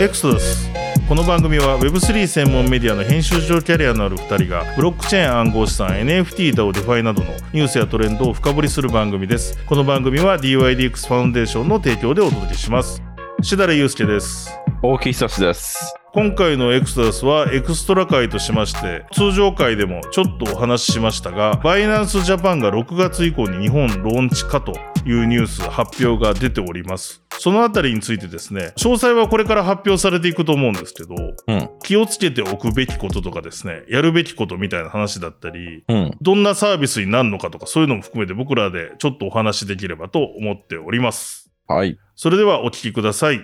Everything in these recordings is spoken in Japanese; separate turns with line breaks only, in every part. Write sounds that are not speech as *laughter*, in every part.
X ですこの番組は Web3 専門メディアの編集長キャリアのある2人がブロックチェーン暗号資産 NFT だをデファイなどのニュースやトレンドを深掘りする番組ですこの番組は DYDX ファウンデーションの提供でお届けしますしだれゆうすけです
大木久志です。
今回のエクストラスはエクストラ会としまして通常会でもちょっとお話ししましたがバイナンスジャパンが6月以降に日本ローンチかというニュース発表が出ておりますそのあたりについてですね詳細はこれから発表されていくと思うんですけど
うん。
気をつけておくべきこととかですねやるべきことみたいな話だったり
うん。
どんなサービスになるのかとかそういうのも含めて僕らでちょっとお話しできればと思っております
はい。
それではお聞きください。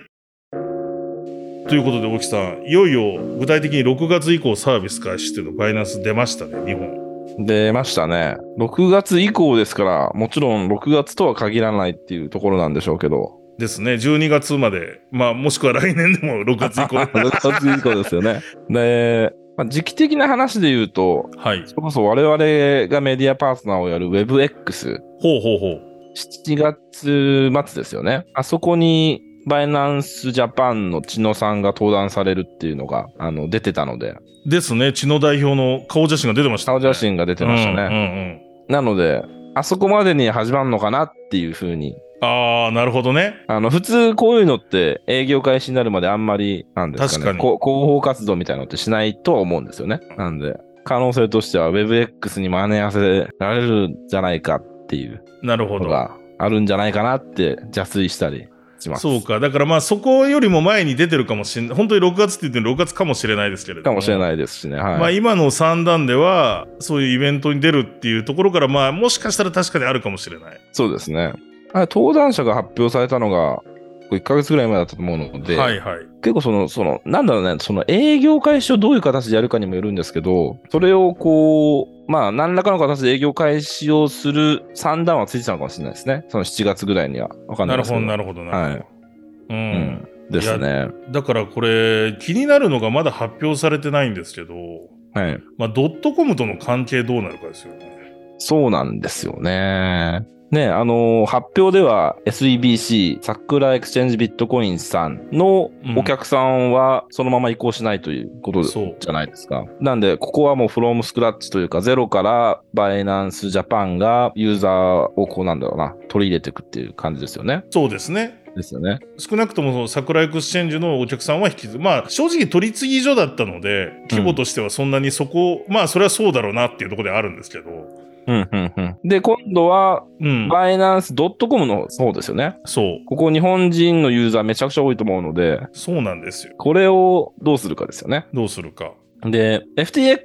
ということで、大木さん、いよいよ具体的に6月以降サービス開始っていうの、バイナンス出ましたね、日本。
出ましたね。6月以降ですから、もちろん6月とは限らないっていうところなんでしょうけど。
ですね、12月まで、まあ、もしくは来年でも6月以
*laughs*
降。
6月以降ですよね。 *laughs* で、まあ、時期的な話で言うと、
はい。
それこそ我々がメディアパートナーをやる WebX、
ほうほうほう。
7月末ですよね。あそこに、バイナンスジャパンの千野さんが登壇されるっていうのが、あの、出てたので、
ですね、血の代表の顔写真が出てました、
顔写真が出てましたね。
ね。
なので、あそこまでに始まるのかなっていうふうに。
うんうんうん。あー、なるほどね。
あの、普通こういうのって営業開始になるまであんまり、なんですかね。
確かに
こ広報活動みたいなのってしないとは思うんですよね。なんで、可能性としては WebX に真似合わせられるんじゃないかっていう
なるほ
の
ど。
があるんじゃないかなって邪推したりします。
そうか。だからまあ、そこよりも前に出てるかもしれない。本当に6月って言ってるの6月かもしれないですけれど
かもしれ
い
ないですしね。はい。
まあ、今の三段ではそういうイベントに出るっていうところから、まあ、もしかしたら確かにあるかもしれない。
そうですね。あれ登壇者が発表されたのが、1ヶ月ぐらい前だったと思うので、
はいはい。
結構その、その、なんだろうね、その営業開始をどういう形でやるかにもよるんですけど、それをこう、まあ、何らかの形で営業開始をする算段はついてたのかもしれないですね。その7月ぐらいには。わかん
な
な
いる
です
ほ
け
どな
ど。
るほどなるほど。
う
うん
ん。ですね。
だからこれ気になるのがまだ発表されてないんですけど、
はい。
まあ、ドットコムとの関係どうなるかですよね。
そうなんですよね。ね、あのー発表では SEBC、桜エクスチェンジビットコインさんのお客さんはそのまま移行しないということで
そう。
じゃないですか。なんで、ここはもうフロームスクラッチというか、ゼロからバイナンスジャパンがユーザーをこうなんだろうな、取り入れていくっていう感じですよね。
そうですね。
ですよね。
少なくともその桜エクスチェンジのお客さんは引きずまあ正直取り次ぎ所だったので、規模としてはそんなにそこ、まあそれはそうだろうなっていうところではあるんですけど。
うん、うん、うん。で、今度は、
うん。
バイナンス .com の方ですよね。
そう。
ここ日本人のユーザーめちゃくちゃ多いと思うので、
そうなんですよ。
これをどうするかですよね。
どうするか。
で、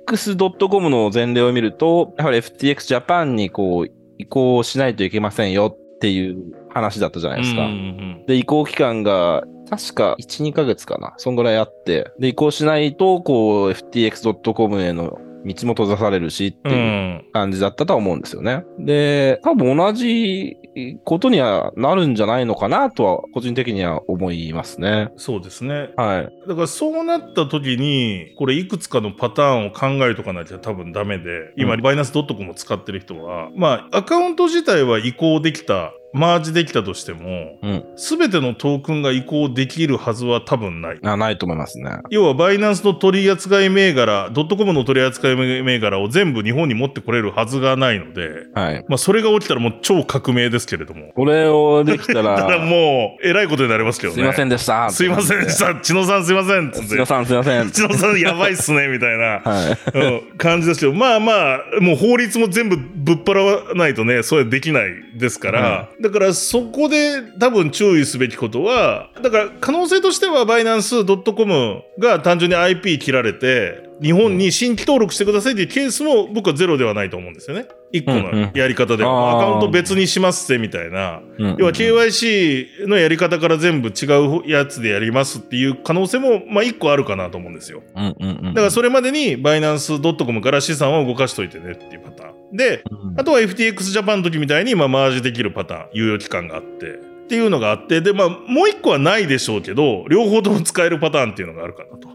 ftx.com の前例を見ると、やはり ftx ジャパンにこう、移行しないといけませんよっていう話だったじゃないですか。
うんうんうん
で、移行期間が、確か1、2ヶ月かな。そんぐらいあって。で、移行しないと、こう、ftx.com への道も閉ざされるしっていう感じだったとは思うんですよね。で、多分同じことにはなるんじゃないのかなとは、個人的には思いますね。
うん、そうですね。
はい。
だからそうなった時に、これいくつかのパターンを考えとかなきゃ多分ダメで、今、
うん
バイナンス .com を使ってる人は、まあ、アカウント自体は移行できた、マージできたとしても
うん、
すべ、てのトークンが移行できるはずは多分ない。
あないと思いますね。
要は、バイナンスの取り扱い銘柄、ドットコムの取り扱い銘柄を全部日本に持ってこれるはずがないので、
はい。
まあ、それが起きたらもう超革命ですけれども。
これをできた
*laughs* だから
ら、
もう、えらいことになりますけどね。
すいませんでした。
すいませんでし。た。千野さんすいません。つって
すいません、すいません。
*laughs* 千野さんやばいっすね、みたいな、
はい。
うん、感じですけど、まあまあ、もう法律も全部ぶっ払わないとね、それはできないですから、だからそこで多分注意すべきことは、だから可能性としてはバイナンス .com が単純に IP 切られて、日本に新規登録してくださいっていうケースも僕はゼロではないと思うんですよね。一個
うんうん
のやり方では、
あー
アカウント別にしますぜみたいな。
うん
要は KYC のやり方から全部違うやつでやりますっていう可能性も、まあ、1個あるかなと思うんですよ。
うんうんうん。
だからそれまでにバイナンス .com から資産を動かしといてねっていうパターン。で、
うん
あとは FTX ジャパンの時みたいに、まあ、マージできるパターン、猶予期間があって。っていうのがあって、で、まあ、もう1個はないでしょうけど、両方とも使えるパターンっていうのがあるかなと。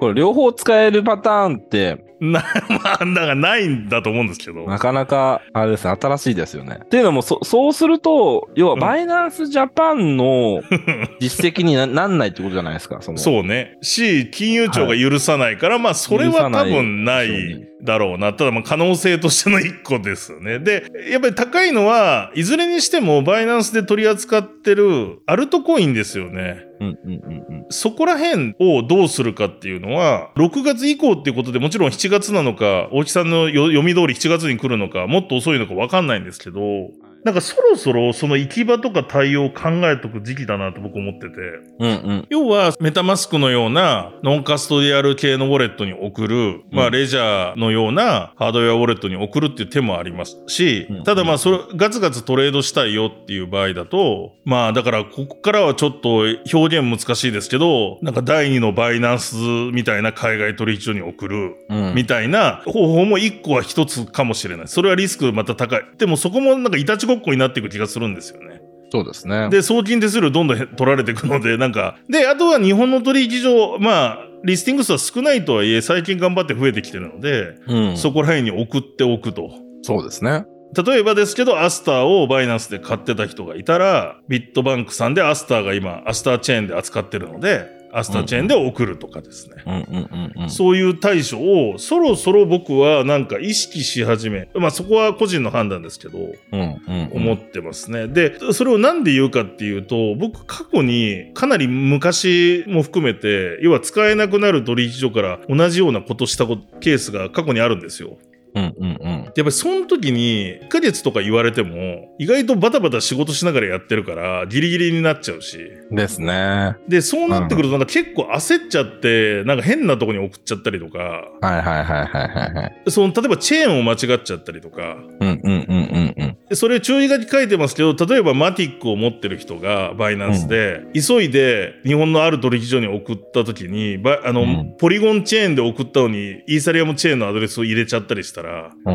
これ両方使えるパターンって
な、まあ、なんかないんだと思うんですけど。
なかなか、あれですね、新しいですよね。っていうのも、そそうすると、要は、
うん
バイナンスジャパンの実績にななんないってことじゃないですか、その。う。
そうね。し、金融庁が許さないから、まあ、それは多分ない
許さないでし
だろうな。ただ、まあ、可能性としての一個ですよね。で、やっぱり高いのは、いずれにしても、バイナンスで取り扱ってるアルトコインですよね。
うんうんうんうん。
そこら辺をどうするかっていうのは、6月以降っていうことでもちろん7月なのか、大木さんのよ読み通り7月に来るのか、もっと遅いのかわかんないんですけど、なんかそろそろその行き場とか対応を考えとく時期だなと僕思ってて、
うんうん。
要はメタマスクのようなノンカストディアル系のウォレットに送る、ま
う
あ
ん
レジャーのようなハードウェアウォレットに送るっていう手もありますし
うん、
ただまあそれガツガツトレードしたいよっていう場合だと、まあだからここからはちょっと表現難しいですけど、なんか第二のバイナンスみたいな海外取引所に送る
うん、
みたいな方法も一個は一つかもしれない。それはリスクまた高い。でもそこもなんかいたちごっこになっていく気がするんですよね。
そうですね。
で、送金手数料どんどんへ取られていくので、なんか、で、あとは日本の取引所、まあ、リスティング数は少ないとはいえ、最近頑張って増えてきてるので、
うん、そ
そこら辺に送っておくと。
そうですね。
例えばですけど、アスターをバイナンスで買ってた人がいたら、ビットバンクさんでアスターが今、アスターチェーンで扱ってるので、アスターチェーンで送るとかですね。
うんうんうんうん。
そういう対処を、そろそろ僕はなんか意識し始め、まあそこは個人の判断ですけど、
うんうんうん、
思ってますね。で、それをなんで言うかっていうと、僕過去にかなり昔も含めて、要は使えなくなる取引所から同じようなことしたことケースが過去にあるんですよ。
うんうんうん。
やっぱりその時に1ヶ月とか言われても、意外とバタバタ仕事しながらやってるから、ギリギリになっちゃうし。
ですね。
で、そうなってくるとなんか結構焦っちゃって、なんか変なとこに送っちゃったりとか、
はいはいはいはいはいはい。
その、例えばチェーンを間違っちゃったりとか、
うんうんうんうんうん。
それ注意書き書いてますけど、例えばマティックを持ってる人がバイナンスで、急いで日本のある取引所に送った時に、ばあの、
うん
ポリゴンチェーンで送ったのに、イーサリアムチェーンのアドレスを入れちゃったりしたら、
うん、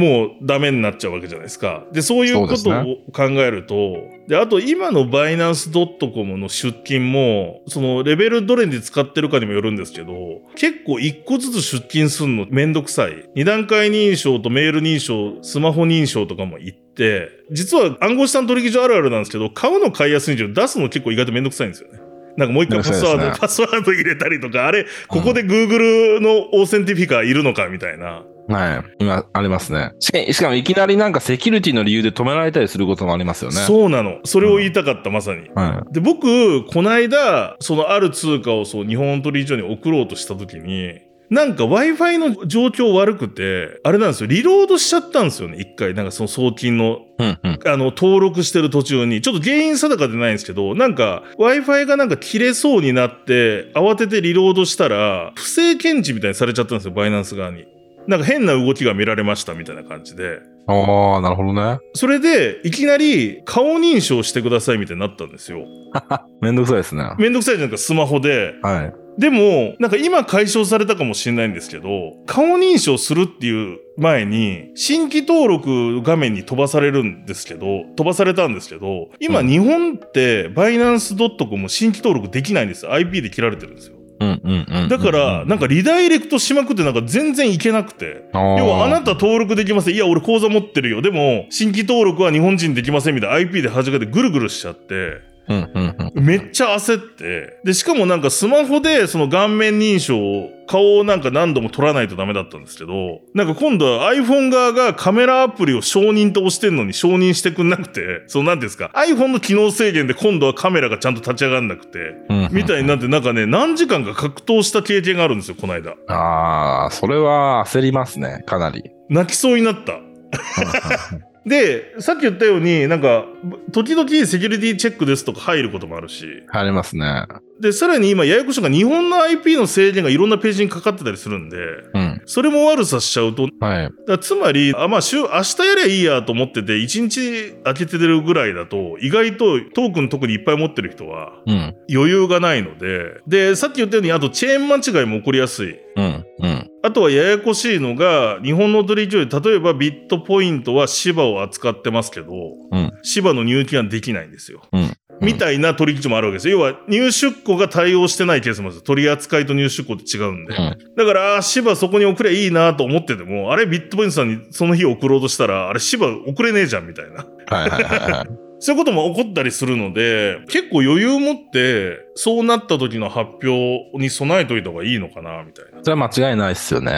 もうダメになっちゃうわけじゃないですか。で、そういうこ
そ
と
うです
を考えると、で、あと今のバイナンス .com の出勤も、そのレベルどれに使ってるかにもよるんですけど、結構一個ずつ出勤するのめんどくさい。二段階認証とメール認証、スマホ認証とかも行って、実は暗号資産取引所あるあるなんですけど、買うの買いやすいんですけど、出すの結構意外とめんどくさいんですよね。なんかもう一回
めんど
パ
く
ス
さい
ワ
で
ー
すね
ド、パスワード入れたりとか、あれ、ここで Google のオーセンティフィカいるのかみたいな。
はい。今、ありますね。しかしかも、いきなりなんかセキュリティの理由で止められたりすることもありますよね。
そうなの。それを言いたかった、まさに。
は
で、僕、この間、そのある通貨をそう日本取引所に送ろうとしたときに、なんか Wi-Fi の状況悪くて、あれなんですよ、リロードしちゃったんですよね、一回。なんかその送金の、
い。うんうん。
あの、登録してる途中に。ちょっと原因定かでないんですけど、なんか Wi-Fi がなんか切れそうになって、慌ててリロードしたら、不正検知みたいにされちゃったんですよ、バイナンス側に。なんか変な動きが見られましたみたいな感じで。
ああ、なるほどね。
それで、いきなり顔認証してくださいみたいになったんですよ。
めんどくさいですね。はい。
めんどくさいじゃないですか、スマホで。でも、なんか今解消されたかもしれないんですけど、顔認証するっていう前に、新規登録画面に飛ばされるんですけど、飛ばされたんですけど、今
うん
日本って、バイナンス .com 新規登録できないんですよ。IP で切られてるんですよ。
うんうんうんうん。
だから、なんかリダイレクトしまくってなんか全然いけなくて。
要
要はあなた登録できません。いや、俺口座持ってるよ。でも、新規登録は日本人できませんみたいな IP で弾けてぐるぐるしちゃって、
うんうんうん。
めっちゃ焦って。で、しかもなんかスマホでその顔面認証を、顔をなんか何度も取らないとダメだったんですけど、なんか今度は iPhone 側がカメラアプリを承認と押してんのに承認してくんなくて、そのなんていうんですか、iPhone の機能制限で今度はカメラがちゃんと立ち上がんなくて、
うんうん
みたいになってなんかね、何時間か格闘した経験があるんですよ、この間。
ああ、それは焦りますね、かなり。
泣きそうになった。で、さっき言ったように、なんか、時々セキュリティチェックですとか入ることもあるし、
ありますね。
で、さらに今、ややこしいのが日本の IP の制限がいろんなページにかかってたりするんで、
うん。
それも悪さしちゃうと、だか
はい。
らつまり、あ、まあ、週、明日やりゃいいやと思ってて、1日空けてるぐらいだと、意外とトークン特にいっぱい持ってる人は
うん。
余裕がないので、で、さっき言ったように、あとチェーン間違いも起こりやすい。
うん。うん。
あとはややこしいのが、日本の取引所で、例えばビットポイントは芝を扱ってますけど、
うん
芝の入金はできないんですよ。
う
みたいな取引所もあるわけですよ。要は入出庫が対応してないケースもあるんですよ。取り扱いと入出庫って違うんで。
うん
だから、あー芝そこに送りゃいいなと思ってても、あれビットポイントさんにその日送ろうとしたら、あれ芝送れねえじゃんみたいな。
はいはいはいはい。 *laughs*
そういうことも起こったりするので、結構余裕持って、そうなった時の発表に備えといた方がいいのかな、みたいな。
それは間違いないっすよね。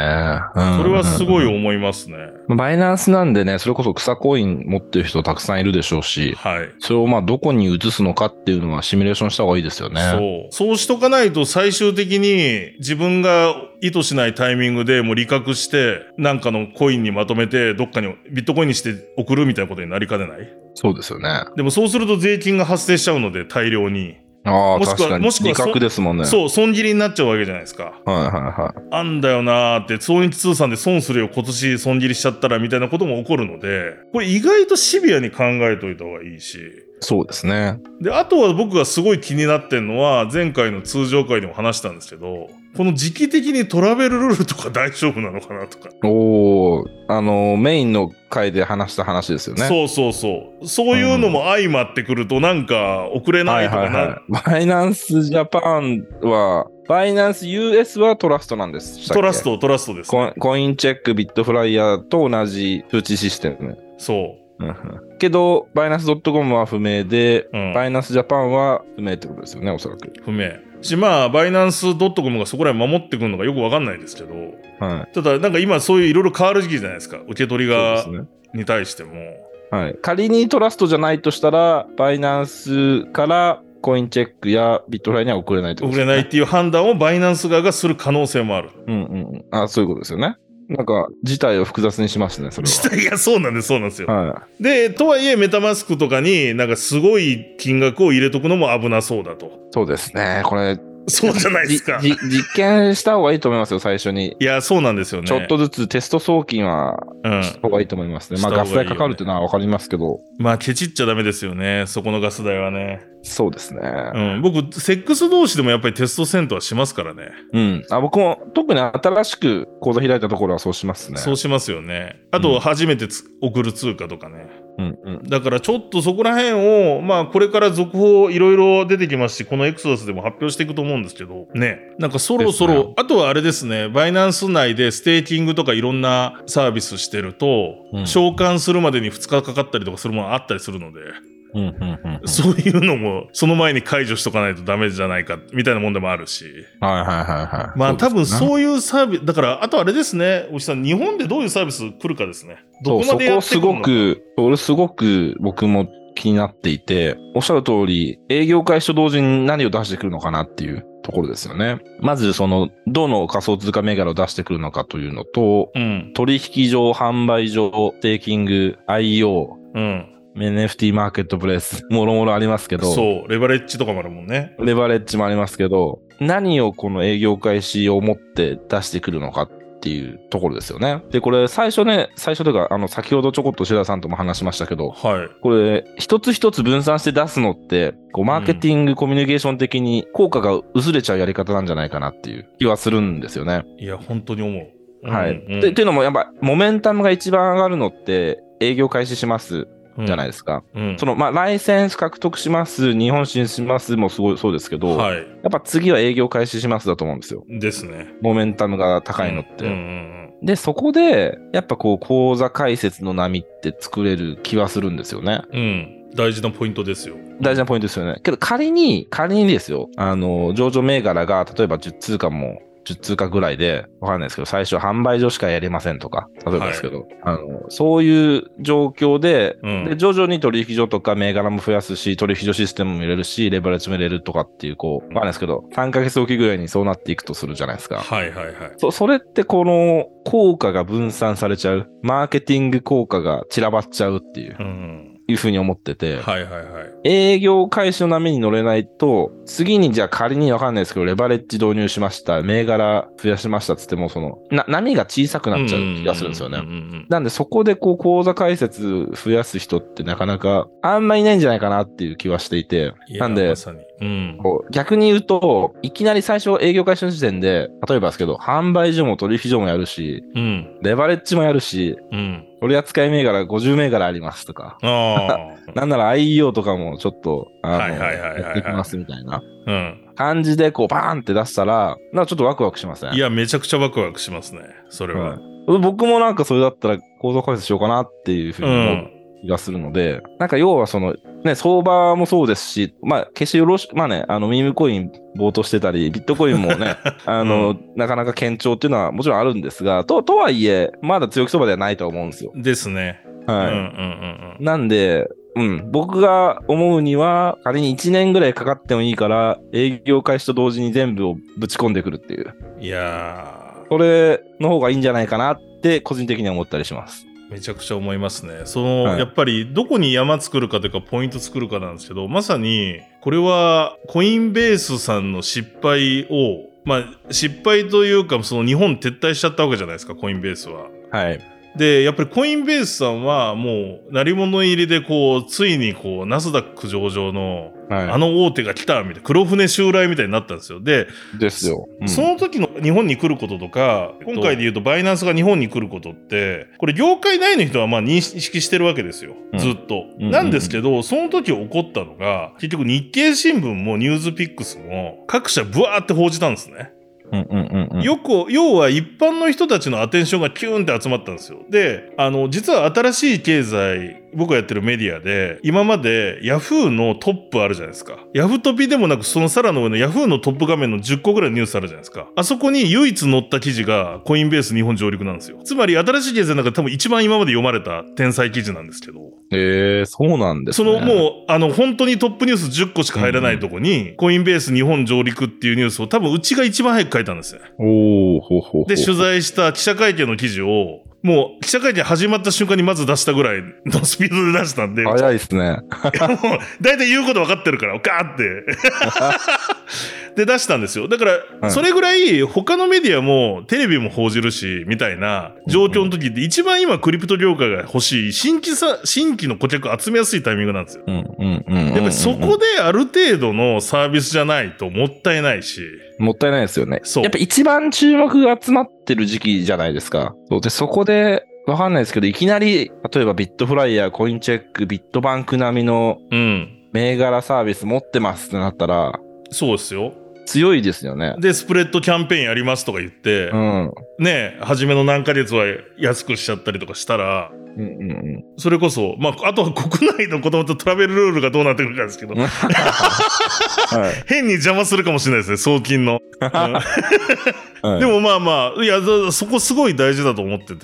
うん
それはすごい思いますね。
バイナンスなんでね、それこそ草コイン持ってる人たくさんいるでしょうし、
はい。
それをまあどこに移すのかっていうのはシミュレーションした方がいいですよね。
そう。そうしとかないと最終的に自分が意図しないタイミングでもう利確して、なんかのコインにまとめて、どっかにビットコインにして送るみたいなことになりかねない。
そうですよね。あ
でもそうすると税金が発生しちゃうので、大量に。
あ、
もしくは
確かに
もし。く
利
はそ
確ですもんね。
そう、損切りになっちゃうわけじゃないですか。
はいはいはい。
あんだよなーって、総日通算で損するよ、今年損切りしちゃったらみたいなことも起こるので、これ意外とシビアに考えといた方がいいし。
そうですね。
で、あとは僕がすごい気になってんのは、前回の通常会でも話したんですけど、この時期的にトラベルルールとか大丈夫なのかなとか。
おお、あの、メインの回で話した話ですよね。
そうそうそう。そういうのも相まってくると、なんか遅れな
はいい
とか
はい
な。
はい。バイナンスジャパンは、バイナンス US はトラストなんです。したっけ
トラスト、トラストです、
コイン
ね。
コインチェック、ビットフライヤーと同じ通知システム。
そ
けど、バイナンス .com は不明で、
う。うん。
バイナンスジャパンは不明ってことですよね、おそらく。
不明。し、まあ、バイナンス .com がそこら辺守ってくるのかよくわかんないですけど、
はい。
ただ、なんか今そういういろいろ変わる時期じゃないですか。受け取りが、
そうですね。
に対しても。
はい。仮にトラストじゃないとしたら、バイナンスからコインチェックやビットフライには送れないってこと
遅
で
れ
すよね。
ないっていう判断をバイナンス側がする可能性もある。
うんうんうん。あ、そういうことですよね。なんか、事態を複雑にしますね、それ
いや、そうなんです、そうなんですよ。
は。は
で、とはいえ、メタマスクとかになんかすごい金額を入れとくのも危なそうだと。
い。そうですね。これ、
そうじゃないで
じ
すか。
じ実験した方がいいと思いますよ、最初に。
いや、そうなんですよね。
ちょっとずつテスト送金は
うん。
した方がいいと思いますね。ま
し
あ、
た
ガ
方
ス
がいいよね
代かかるっていうのはわかりますけど、
まあ、ケチっちゃダメですよね。そこのガス代はね。
そうですね。
うん。僕、セックス同士でもやっぱりテストセントはしますからね。
うん。あ、僕も特に新しく口座開いたところはそうしますね。
そうしますよね。あ
う
と、
ん
初めてつ送る通貨とかね。
うんうん。
だからちょっとそこら辺を、まあこれから続報いろいろ出てきますし、このエクソダスでも発表していくと思うんですけど、ね。なんかそろそ
です
ろ
ね、
あとはあれですね、バイナンス内でステーキングとかいろんなサービスしてると、
うん
召喚するまでに2日かかったりとかするものあったりするので、
うんうんうんうん
そういうのもその前に解除しとかないとダメじゃないか、みたいなもんでもあるし。
はいはいはいはい。
まあ多分
う
そういうサービス、だからあとあれですね、おじさん、日本でどういうサービス来るかですね。どこ
ですね
までや
そう
って
そ
くる
こ
の
すご
か。
く、俺すごく僕も気になっていて、おっしゃる通り、営業開始と同時に何を出してくるのかなっていうところですよね。まずその、どの仮想通貨銘柄を出してくるのかというのと、
うん、
取引上、販売上、ステーキング、IO、
うん。
NFT マーケットプレイス、もろもろありますけど、
そう、レバレッジとかもあるもんね。
レバレッジもありますけど、何をこの営業開始を持って出してくるのかっていうところですよね。で、これ最初ね、最初というか、あの、先ほどちょこっと白田さんとも話しましたけど、
はい。
これ、一つ一つ分散して出すのって、こう、マーケティング、コミュニケーション的に効果が薄れちゃうやり方なんじゃないかなっていう気はするんですよね。
いや、本当に思う。うん
はい。
うん
でっていうのも、やっぱ、モメンタムが一番上がるのって、営業開始しますじゃない
い、
ですか。
うん、
その、まあ、ライセンス獲得します、日本進出しますもすごいそうですけど、
はい。
やっぱ次は営業開始しますだと思うんですよ。
ですね。
モメンタムが高いのって。
うんうん
で、そこで、やっぱこう、講座解説の波って作れる気はするんですよね。
うん、うん。大事なポイントですよ。
大事なポイントですよね。けど仮に、仮にですよ、あの、上場銘柄が、例えば10通貨も、10通貨ぐらいで、わかんないですけど、最初販売所しかやりませんとか、例えばですけど、あの、そういう状況で、
うん
で、徐々に取引所とか銘柄も増やすし、取引所システムも入れるし、レバレッジも入れるとかっていう、こう、わかんないですけど、3ヶ月おきぐらいにそうなっていくとするじゃないですか。
はいはいはい。
そそれってこの効果が分散されちゃう。マーケティング効果が散らばっちゃうっていう、
うん。
いうふうに思ってて。
はいはいはい。
営業開始の波に乗れないと、次にじゃあ仮にわかんないですけど、レバレッジ導入しました、銘柄増やしましたっつっても、その、な、波が小さくなっちゃう気がするんですよ
うんう
ね。
んうん
なんでそこでこう、口座解説増やす人ってなかなかあんまいないんじゃないかなっていう気はしていて
い、や
なんで
ま、さにうん。
こう逆に言うと、いきなり最初営業開始の時点で、例えばですけど、販売所も取引所もやるし、
うん。
レバレッジもやるし、
うん。
取扱い銘柄50銘柄ありますとか、
ああ。
なんなら IEO とかもちょっと、あの、
はいはいはいはいはい
やってきますみたいな *laughs*
うん。
感じで、こう、バーンって出したら、なんかちょっとワクワクしません
いや、めちゃくちゃワクワクしますね。それは。
うん僕もなんかそれだったら構造解説しようかなっていうふう
う。
に思うん気がするので、なんか要はその、ね、相場もそうですし、まあ、決してよろしく、まあね、あの、ミームコイン暴騰してたり、ビットコインも
*laughs*
ね、あの、なかなか堅調っていうのはもちろんあるんですが、と、とはいえ、まだ強気相場ではないとは思うんですよ。
ですね。うん
は
う
い。
んうん
なんで、うん、僕が思うには、仮に1年ぐらいかかってもいいから、営業開始と同時に全部をぶち込んでくるっていう、
うん。いや
それの方がいいんじゃないかなって、個人的には思ったりします。
ー、めちゃくちゃ思いますね。その、
はい
やっぱり、どこに山作るかというか、ポイント作るかなんですけど、まさに、これは、コインベースさんの失敗を、まあ、失敗というか、その日本撤退しちゃったわけじゃないですか、コインベースは。
はい。
で、やっぱりコインベースさんはもう、鳴り物入りでこう、ついにこう、ナスダック上場の、
はい。
あの大手が来たみたいな、黒船襲来みたいになったんですよ。で、
ですよ。うん
その時の日本に来ることとか、今回で言うとバイナンスが日本に来ることって、これ業界内の人はまあ認識してるわけですよ。
うん
ずっと。
うん
なんですけど、その時起こったのが、結局日経新聞もニュースピックスも、各社ブワーって報じたんですね。
うんうんうんうん。
よく、要は一般の人たちのアテンションがキューンって集まったんですよ。で、あの、実は新しい経済、僕がやってるメディアで、今までヤフーのトップあるじゃないですか。ヤフートピでもなく、そのさらの上のヤフーのトップ画面の10個ぐらいニュースあるじゃないですか。あそこに唯一載った記事がコインベース日本上陸なんですよ。つまり新しい経済の中で多分一番今まで読まれた天才記事なんですけど。
ええそうなんです
その
ね。
もう、あの、本当にトップニュース10個しか入らないとこに、コインベース日本上陸っていうニュースを多分うちが一番早く書いたんですよ。
う。おおほうほうほう。
で、取材した記者会見の記事を、もう記者会見始まった瞬間にまず出したぐらいのスピードで出したんで、もう
早いですね。
大体言うこと分かってるから、ガー
*laughs*
って。で、出したんですよ。だか
は
ら、
い
それぐらい他のメディアもテレビも報じるし、みたいな状況の時って一番今クリプト業界が欲しい、新規さ、新規の顧客集めやすいタイミングなんですよ。
うんうんうんうんう
や
ん。
っぱりそこである程度のサービスじゃないともったいないし、
もったいないですよね。
そう
やっぱ一番注目が集まってる時期じゃないですか。そうで、そこで、わかんないですけど、いきなり、例えばビットフライヤー、コインチェック、ビットバンク並みの
うん。
銘柄サービス持ってますってなったら、
そうですよ。
強いですよね。
で、スプレッドキャンペーンやりますとか言って、
うん。
ねえ、初めの何ヶ月は安くしちゃったりとかしたら、
うんうんうん。
それこそ、まあ、あとは国内の子供とトラベルルールがどうなってくるかですけど、
はい。
変に邪魔するかもしれないですね、送金 *laughs* の。
は
*laughs*
い、
で、もまあまあ、いや、だそこすごい大事だと思ってて。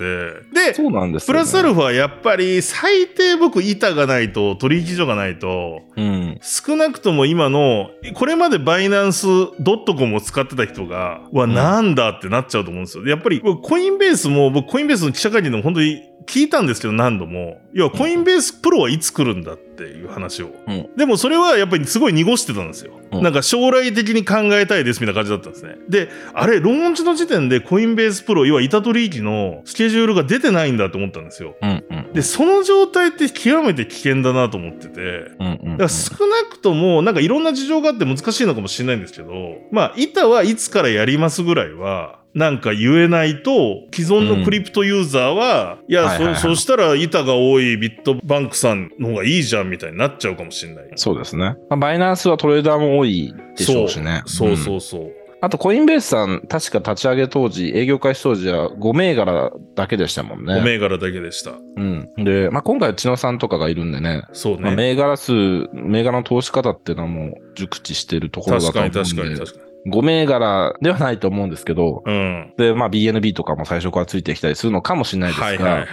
で、
そうなんです
プ
よね、
ラスアルファ、やっぱり最低僕、板がないと、取引所がないと、
うん。
少なくとも今の、これまでバイナンスドットコムを使ってた人が、は
ん
なんだってなっちゃうと思うんですよ。でやっぱり、僕コインベースも、僕コインベースの記者会見でも本当に聞いたんですけど、何度も。要は、コインベースプロはいつ来るんだっていう話を。
うん
でも、それはやっぱりすごい濁してたんですよ。
うん
なんか、将来的に考えたいですみたいな感じだったんですね。で、あれ、ローンチの時点でコインベースプロ、要は、板取引のスケジュールが出てないんだと思ったんですよ。
うんうん。
で、その状態って極めて危険だなと思ってて。
うんうんうん
だから少なくとも、なんかいろんな事情があって難しいのかもしれないんですけど、まあ、板はいつからやりますぐらいは、なんか言えないと、既存のクリプトユーザーは、いや、
はいはいはい
そ、そしたら板が多いビットバンクさんの方がいいじゃんみたいになっちゃうかもしれない。
そうですね。まあ、バイナンスはトレーダーも多いでしょうしね。
そう
うん
そうそう。
あと、コインベースさん、確か立ち上げ当時、営業開始当時は5銘柄だけでしたもん
お
ね。
銘柄だけでした。
うん。で、まあ、今回、千野さんとかがいるんでね、
そう
まあ、
ね。
銘柄数、銘柄の投資方っていうのはもう熟知してるところだ
確
と思
か
うん
に確
で、
かに確かに。
5銘柄ではないと思うんですけど、
うん。
で、まあ、BNB とかも最初からついてきたりするのかもしれないですが、
はいはいはいはい。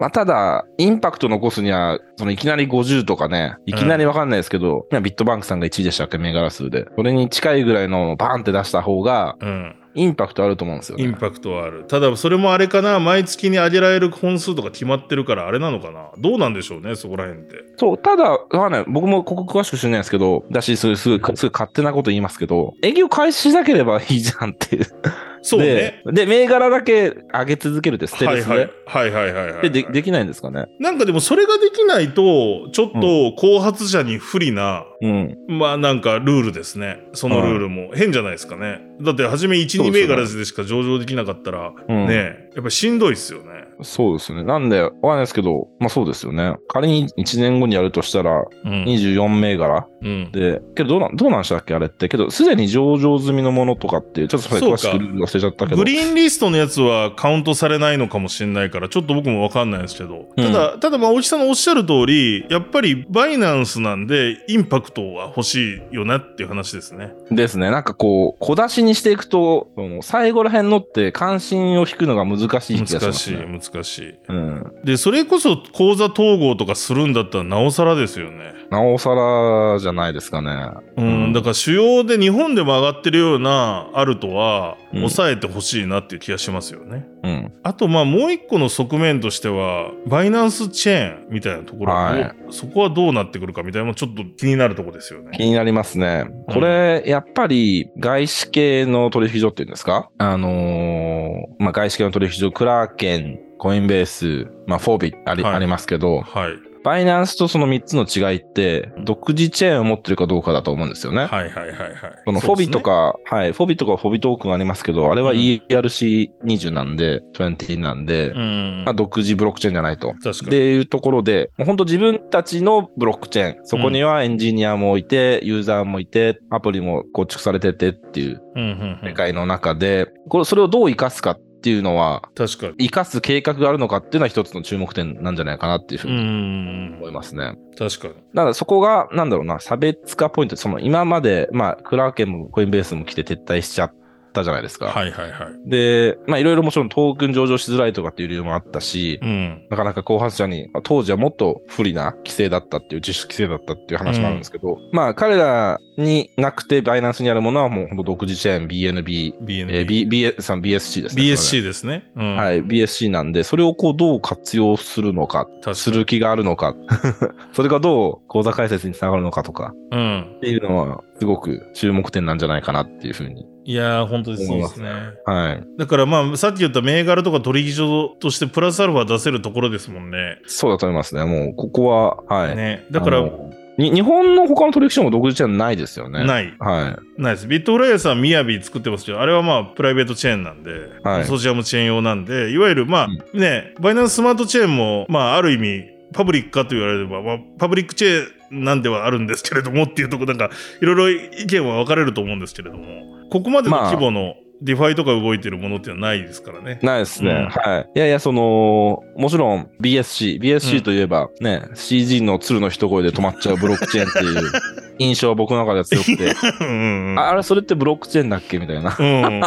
まあ、ただ、インパクト残すには、そのいきなり50とかね、いきなりわかんないですけど、まあビットバンクさんが1位でしたっけ、銘柄数で。それに近いぐらいのをバーンって出した方が、
うん。
インパクトあると思うんですよ
イ
ね
ン。パクトはある。ただ、それもあれかな、毎月に上げられる本数とか決まってるから、あれなのかな。どうなんでしょうね、そこら辺って。
そう、ただ、わかんない。僕もここ詳しく知らないですけど、だし、すぐ、すぐ、すぐ勝手なこと言いますけど、営業開始しなければいいじゃんっていう。
そうね。
で、で銘柄だけ上げ続けるってステ
は
ル
い
ス
はい
で。
はいはいはいはい。
でで、できないんですかね。
なんかでもそれができないと、ちょっと後発者に不利な、
うん。
まあなんかルールですね。そのルールも。変じゃないですかね。だって初め1、
そう
2
で
銘
すよね
柄でしか上場できなかったら、
うん
ね、やっぱしんどいっすよね。
そうですね。なんで、わかんないですけど、まあそうですよね。仮に1年後にやるとしたら、
うん。
24銘柄
うん。
で、けどどうなん、どうなんしたっけあれって。けど、すでに上場済みのものとかっていう、ちょっとそれ
そうか
詳しくルール忘れちゃったけど。
グリーンリストのやつはカウントされないのかもしれないから、ちょっと僕もわかんないですけど。
う
た
ん
だ、ただまあ、大木さんのおっしゃる通り、やっぱりバイナンスなんで、インパクトは欲しいよなっていう話ですね。
ですね。なんかこう、小出しにしていくと、その最後ら辺のって関心を引くのが難しい気がしま
難
す、
しい、
ね。
難しい。
うん。
で、それこそ口座統合とかするんだったらなおさらですよね。
なおさらじゃないですかね。
うん、
うん
だから主要で日本でも上がってるようなあるとは
うん
抑えてほしいなっていう気がしますよね。
うん。
あとまあもう一個の側面としては、バイナンスチェーンみたいなところ、
はい
そこはどうなってくるかみたいなのもちょっと気になるところですよね。
気になりますね。これ、やっぱり、外資系の取引所っていうんですかあのーまあ、外資系の取引所、クラーケン、コインベース、まあ、フォービあり、
はい
ありますけど、
はい。
バイナンスとその3つの違いって、独自チェーンを持ってるかどうかだと思うんですよ
は
ね。
いはいはいはい。
そのフ
そう
ォ
で
ビ
す
と
ね。
か、はい、フォビとかフォビトークンありますけど、あれは
うん
ERC20 なんで、20なんで、
うん
まあ、。独自ブロックチェーンじゃないと。
確かに。
でいうところで、もう本当自分たちのブロックチェーン、そこにはエンジニアもいて、ユーザーもいて、アプリも構築されててっていう
うんうんう
世
ん、
界の中で、これ、それをどう活かすかっていうのは、
確かに。
活かす計画があるのかっていうのは一つの注目点なんじゃないかなっていうふう
うんう
に
んう
思い
ん。
ますね。
確かに。
だからそこが、なんだろうな、差別化ポイント、その今まで、まあ、クラーケンもコインベースも来て撤退しちゃったじゃないですか。
はいはいはい。
で、まあ、いろいろもちろんトークン上場しづらいとかっていう理由もあったし、
うん。
なかなか後発者に、まあ当時はもっと不利な規制だったっていう、自主規制だったっていう話もあるんですけど、まあ、彼らになくて、バイナンスにあるものはもう本当独自チェーン、
BNB。
BNB、えー B、B、さん BSC ですね。こ
BSC ですね。うん。
れね。はい、BSC なんで、それをこうどう活用するのか、
確かに。
する気があるのか、それがどう口座開設につながるのかとか、
うん
っ。ていうのは、すごく注目点なんじゃないかなっていうふうに。
いやー、本当にそうですね。
はい。
だからまあ、さっき言った銘柄とか取引所としてプラスアルファ出せるところですもんね。
そうだと思いますね。もう、ここは、はい。
ね。だから
あ、のに日本の他の取引所も独自チェーンないですよね。い。
ない。
は
ないです。ビットフライヤーさん、みやび作ってますけど、あれはまあ、プライベートチェーンなんで、
はい
ソーシアムチェーン用なんで、いわゆるまあ、ね、バイナンススマートチェーンも、まあ、ある意味、パブリックかと言われれば、まあ、パブリックチェーンなんではあるんですけれどもっていうところ、なんか、いろいろ意見は分かれると思うんですけれども、ここまでの
まあ
規模のディファイとか動いてるものっていうのはないですから
*laughs*
ね
い。。ないですね。
うん
はい。いやいや、その、もちろん BSC、
うん
BSC といえばね、CG の鶴の一声で止まっちゃうブロックチェーンっていう
*laughs*
印象は僕の中では強くて、
うんうん
ああれ、それってブロックチェーンだっけみたいな。
うん。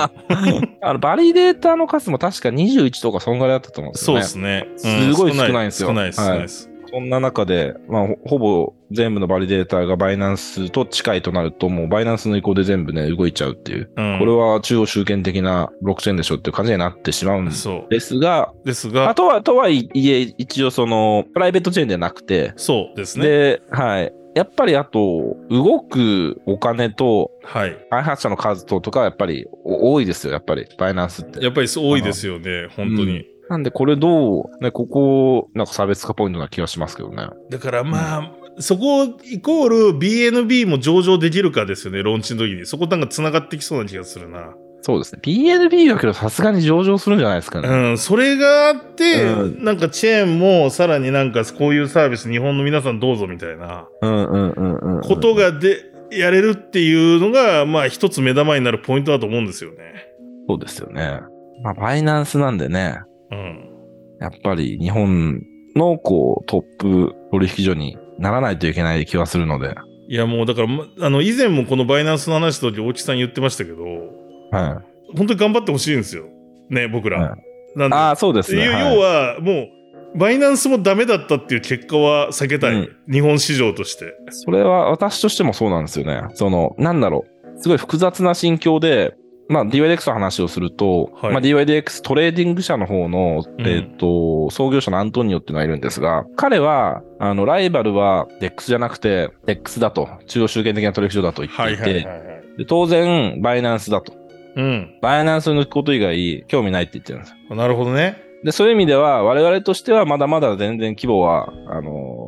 あの、バリデーターの数も確か21とかそんぐらいだったと思うんです
そう
よ
で
ね。
すね。
すごい少ないんですよ
少ないです、
はい
少ないです。
そんな中で、まあ、ほほぼ全部のバリデーターがバイナンスと近いとなると、もうバイナンスの移行で全部ね、動いちゃうっていう。
うん
これは中央集権的なブロックチェーンでしょっていう感じになってしまうんです
そう。
が、
です
あ
が、
とは、とはいえ、一応その、プライベートチェーンじゃなくて、
そうですね。
で、はい。やっぱりあと、動くお金と、
はい。
開発者の数ととか、やっぱりお多いですよ、やっぱり、バイナンスって。
やっぱりそう多いですよね、本当に。
なんで、これどう、ね、ここ、なんか差別化ポイントな気がしますけどね。
だからまあ、そこイコール BNB も上場できるかですよね、ローンチの時に。そこなんか繋がってきそうな気がするな。
そうですね。BNB だけど、さすがに上場するんじゃないですかね。
うん、それがあって、
う
なんかチェーンもさらになんかこういうサービス日本の皆さんどうぞみたいな
うんうんうんうんうん。
ことがで、やれるっていうのが、まあ一つ目玉になるポイントだと思うんですよね。
そうですよね。まあ、バイナンスなんでね、
うん。
やっぱり日本のこうトップ取引所にならないといけない気はするので。
いやもうだから、まあの、以前もこのバイナンスの話の時大木さん言ってましたけど、
は
本当に頑張ってほしいんですよ。ね、僕ら。
は
なん
い、
で
ああ、そうで
って
す
い
ね。
う、
はい
要は、もう、バイナンスもダメだったっていう結果は避けたい。
うん
日本市場として。
それは私としてもそうなんですよね。その、なんだろう。すごい複雑な心境で、まあ、DYDX の話をすると、
はい
まあ、DYDX トレーディング社の方の、
うん
えっと、創業者のアントニオっていうのがいるんですが、彼は、あの、ライバルは DEX じゃなくて、DEX だと、中央集権的な取引所だと言っていて、
はいはい。
で当然、バイナンスだと。
うん。
バイナンスに抜くこと以外、興味ないって言ってるんですよ。
なるほどね。
で、そういう意味では、我々としてはまだまだ全然規模は、あの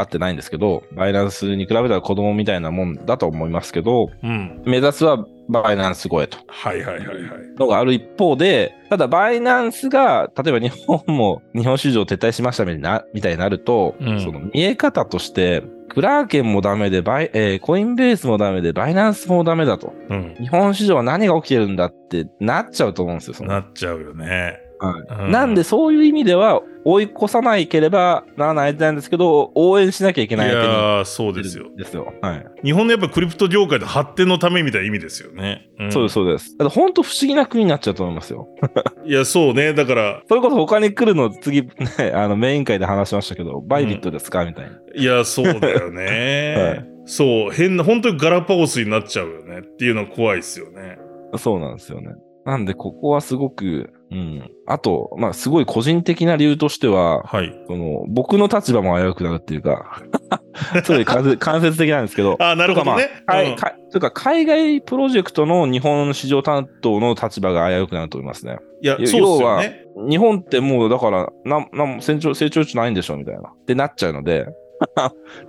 合ってないんですけど、バイナンスに比べたら子供みたいなもんだと思いますけど、
うん。
目指すはバイナンス超えと。
はいはいはいはい。
のがある一方で、ただバイナンスが、例えば日本も日本市場撤退しましたみたいになみたいになると、
うん
その見え方として、クラーケンもダメでバイ、えーコインベースもダメで、バイナンスもダメだと。
うん。
日本市場は何が起きてるんだってなっちゃうと思うんですよ。その
なっちゃうよね。
はい
うん
なんでそういう意味では追い越さなければならない相手なんですけど、応援しなきゃいけ
い
ない相手になっ
やーそう
てるん
ですよ。
ですよ。はい。
日本のやっぱクリプト業界の発展のためみたいな意味ですよね。ん
そうです、。そうです。だから本当不思議な国になっちゃうと思いますよ。
いや、そうね。だから、
それこそ他に来るの次、ね、あのメイン会で話しましたけど、バイビットですか、みたいな。
いや、そうだよね。
*laughs* はい
そう、変な、本当にガラパゴスになっちゃうよねっていうのは怖いですよね。
そうなんですよね。なんで、ここはすごく、うん。あと、まあ、すごい個人的な理由としては、
はい。
その、僕の立場も危うくなるっていうか、 *laughs* すごい間接間接的なんですけど、
あ、なるほどね。
は
うん
い、かというか、海外プロジェクトの日本市場担当の立場が危うくなると思いますね。
いや、そう
要
ですよね。
日本ってもう、だから、なん、なんも成長、成長中ないんでしょみたいな。ってなっちゃうので、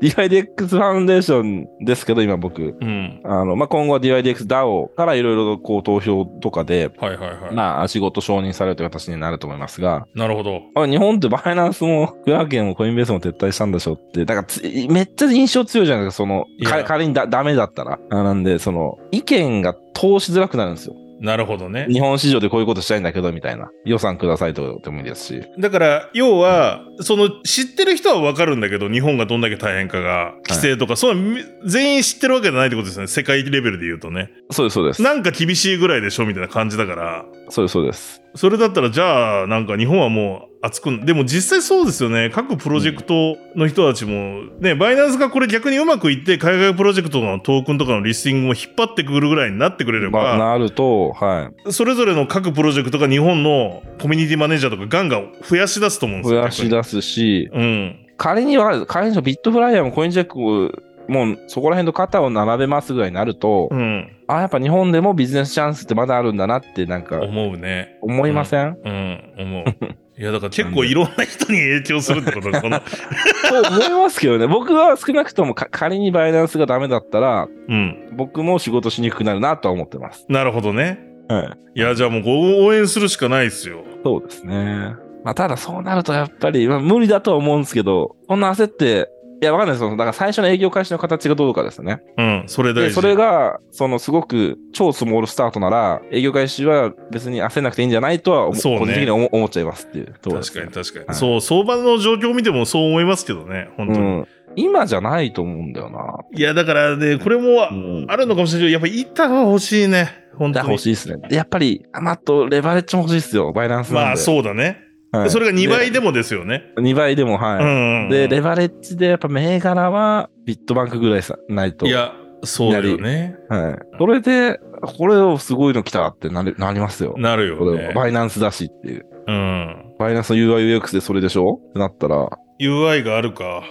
DIDX ファウンデーションですけど、今僕、
うん。
あの、まあ、今後は DIDXDAO からいろいろとこう投票とかで、
はいはいはい。な
まあ、仕事承認されるという形になると思いますが、
るほど。
あ日本ってバイナンスも、クラーケンもコインベースも撤退したんでしょって、だからつめっちゃ印象強いじゃないですか、その、
いや
か仮にだダメだったら。あなんで、その、意見が通しづらくなるんですよ。
なるほどね。
日本市場でこういうことしたいんだけど、みたいな。予算くださいとでもいいですし。
だから、要は、その、知ってる人はわかるんだけど、日本がどんだけ大変かが、規制とか、そんな、全員知ってるわけじゃないってことですよね。世界レベルで言うとね。
そうです、そうです。
なんか厳しいぐらいでしょみたいな感じだから。
そうです、そうです。
それだったら、じゃあ、なんか日本はもう熱くん、でも実際そうですよね。各プロジェクトの人たちも、ね、バイナンスがこれ逆にうまくいって、海外プロジェクトのトークンとかのリスティングも引っ張ってくるぐらいになってくれれ
まあ、
ば、
なると、は
それぞれの各プロジェクトが日本のコミュニティマネージャーとかガンガン増やし出すと思うん
い。
です
増
よ。
やし出すし、
逆にうん。
仮には、仮にそのビットフライヤーもコインチェックも、もうそこら辺と肩を並べますぐらいになると、
うん。
あ、やっぱ日本でもビジネスチャンスってまだあるんだなって、なんか、
思うね。
思いません
うん。思う。
*laughs*
いや、だから結構いろんな人に影響するってことだ、この。
と思いますけどね。僕は少なくともか仮にバイナンスがダメだったら、
うん。
僕も仕事しにくくなるなとは思ってます。
なるほどね。
は
い
い。
や、じゃあもうご応援するしかないですよ。
そうですね。まあ、ただそうなるとやっぱり、まあ、無理だとは思うんですけど、そんな焦って、いや、わかんないです。そのだから最初の営業開始の形がどうかですね。
うん。それ大
で、
事。
それが、そのすごく超スモールスタートなら、営業開始は別に焦んなくていいんじゃないとは思、
そうね
個人的には思思っちゃいますっていうところです
確か
ね
に確かに、
はい
そう相場の状況を見てもそう思いますけどね本当に、
うん。今じゃないと思うんだよな。
いやだからねこれもあ
うん
あるのかもしれないけどやっぱ板が欲しいね本当
が
に
欲しいですね。でやっぱり、あまああと、レバレッジも欲しいですよ、バイナンスなんで。
まあそうだね、
う、
それが2倍で
も。
もですよね、
2倍でも、はい。
うん、うん、
で、レバレッジで、やっぱ銘柄は、ビットバンクぐらいさないと。
いやそうだよね
はい。それで、これをすごいの来たってなるなりますよ。
なるよ
これ
ね
はバイナンスだしっていう。
うん
バイナンスの UIUX でそれでしょってなったら、は
UI があるか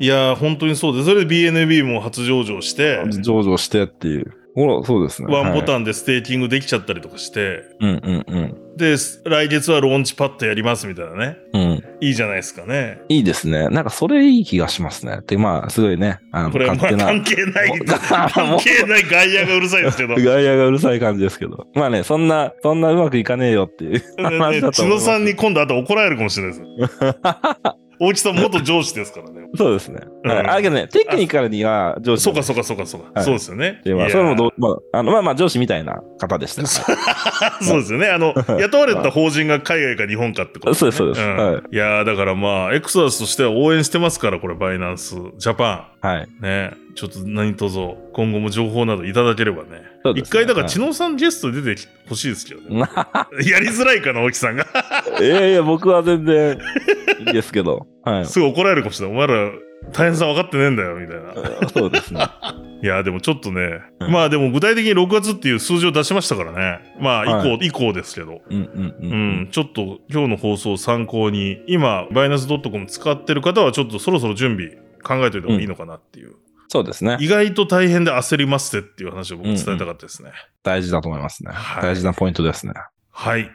い。
いや本当にそうですそれで BNB も初上場して
上場してっていう。ほら、そうですね。
ワンボ
ン。
タンでステーキングできちゃったりとかして、
うんうんうん。
で来月はローンチパッドやりますみたいなね
うん。
いいじゃないですかね
いいですね。なんか、それいい気がしますね。で、まあ、すごいね。あの、
これは
勝
まあ
手な。
関係ない
*laughs* もう
関係ない外野がうるさい
*laughs*
ですけど、ね
外野がうるさい感じですけど。まあね、そんな、そんなうまくいかねえよっていう *laughs* 話だと
千野
思います。
さんに今度あと怒られるかもしれないです。
*laughs*
大木さん元上司ですからね。
そうですね。
うん
はいあ、けどね、テクニカルには上司
そう
なんで
か
す
そうかそうかそうか。
はい
そうですよね。
で、まあ、
いや
それもどう、まあ、あの、まあまあ、上司みたいな方でしたよ。
*laughs* そうですよね。あ
*laughs*
の、雇われた法人が海外か日本かってこと、ね。
そうですそうです
ん、
はい
やーだからまあ、エクソダスとしては応援してますから、これ、バイナンス、ジャパ
はい。
ン。ね。ちょっと何卒、今後も情報などいただければね。
そう
一、
ですね
回、だから、
はい
千野さんゲストで出てほしいですけどね。 *laughs* やりづらいかな、大木さん
*laughs*
が。
いやいや、僕は全然いいですけど。はい。
すぐ怒られるかもしれない。お前ら、大変さ分かってねえんだよ、みたいな。
そうですね。
いや、でもちょっとね、
うん
まあでも具体的に6月っていう数字を出しましたからね。まあ以降、以降ですけど。
うんうんうん
う、
うん
ちょっと今日の放送を参考に、今、バイナス .com 使ってる方はちょっとそろそろ準備考えておいた方がいいのかなっていう。
そうですね。
意外と大変で焦りますってっていう話を僕伝えたかったですね。
大事だと思いますね。
はい
大事なポイントですね。
はい。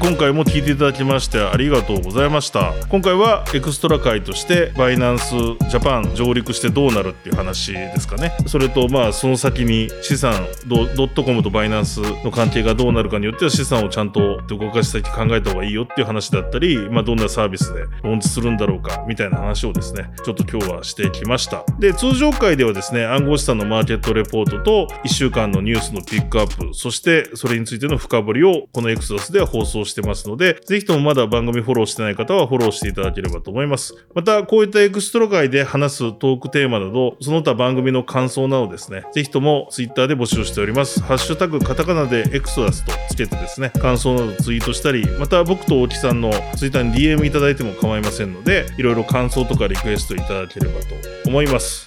今回も聞いていただきましてありがとうございました今回はエクストラ会としてバイナンスジャパン上陸してどうなるっていう話ですかねそれとまあその先に資産ドドットコムとバイナンスの関係がどうなるかによっては資産をちゃんと動かし先考えた方がいいよっていう話だったり、まあ、どんなサービスでローンチするんだろうかみたいな話をですねちょっと今日はしてきましたで通常会ではですね暗号資産のマーケットレポートと1週間のニュースのピックアップそしてそれについての深掘りをこのエクソダスでは放送してますのでぜひともまだ番組フォローしてない方はフォローしていただければと思いますまたこういったエクストロ会で話すトークテーマなどその他番組の感想などですねぜひともツイッターで募集しておりますハッシュタグカタカナでエクソダスとつけてですね感想などツイートしたりまた僕と大木さんのツイッターに DM いただいても構いませんのでいろいろ感想とかリクエストいただければと思います